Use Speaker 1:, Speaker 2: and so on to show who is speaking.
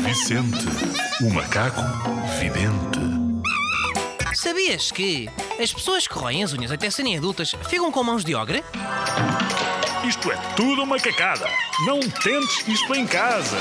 Speaker 1: Vicente, o macaco vidente.
Speaker 2: Sabias que as pessoas que roem as unhas até serem adultas ficam com mãos de ogre?
Speaker 3: Isto é tudo uma cacada. Não tentes isto em casa.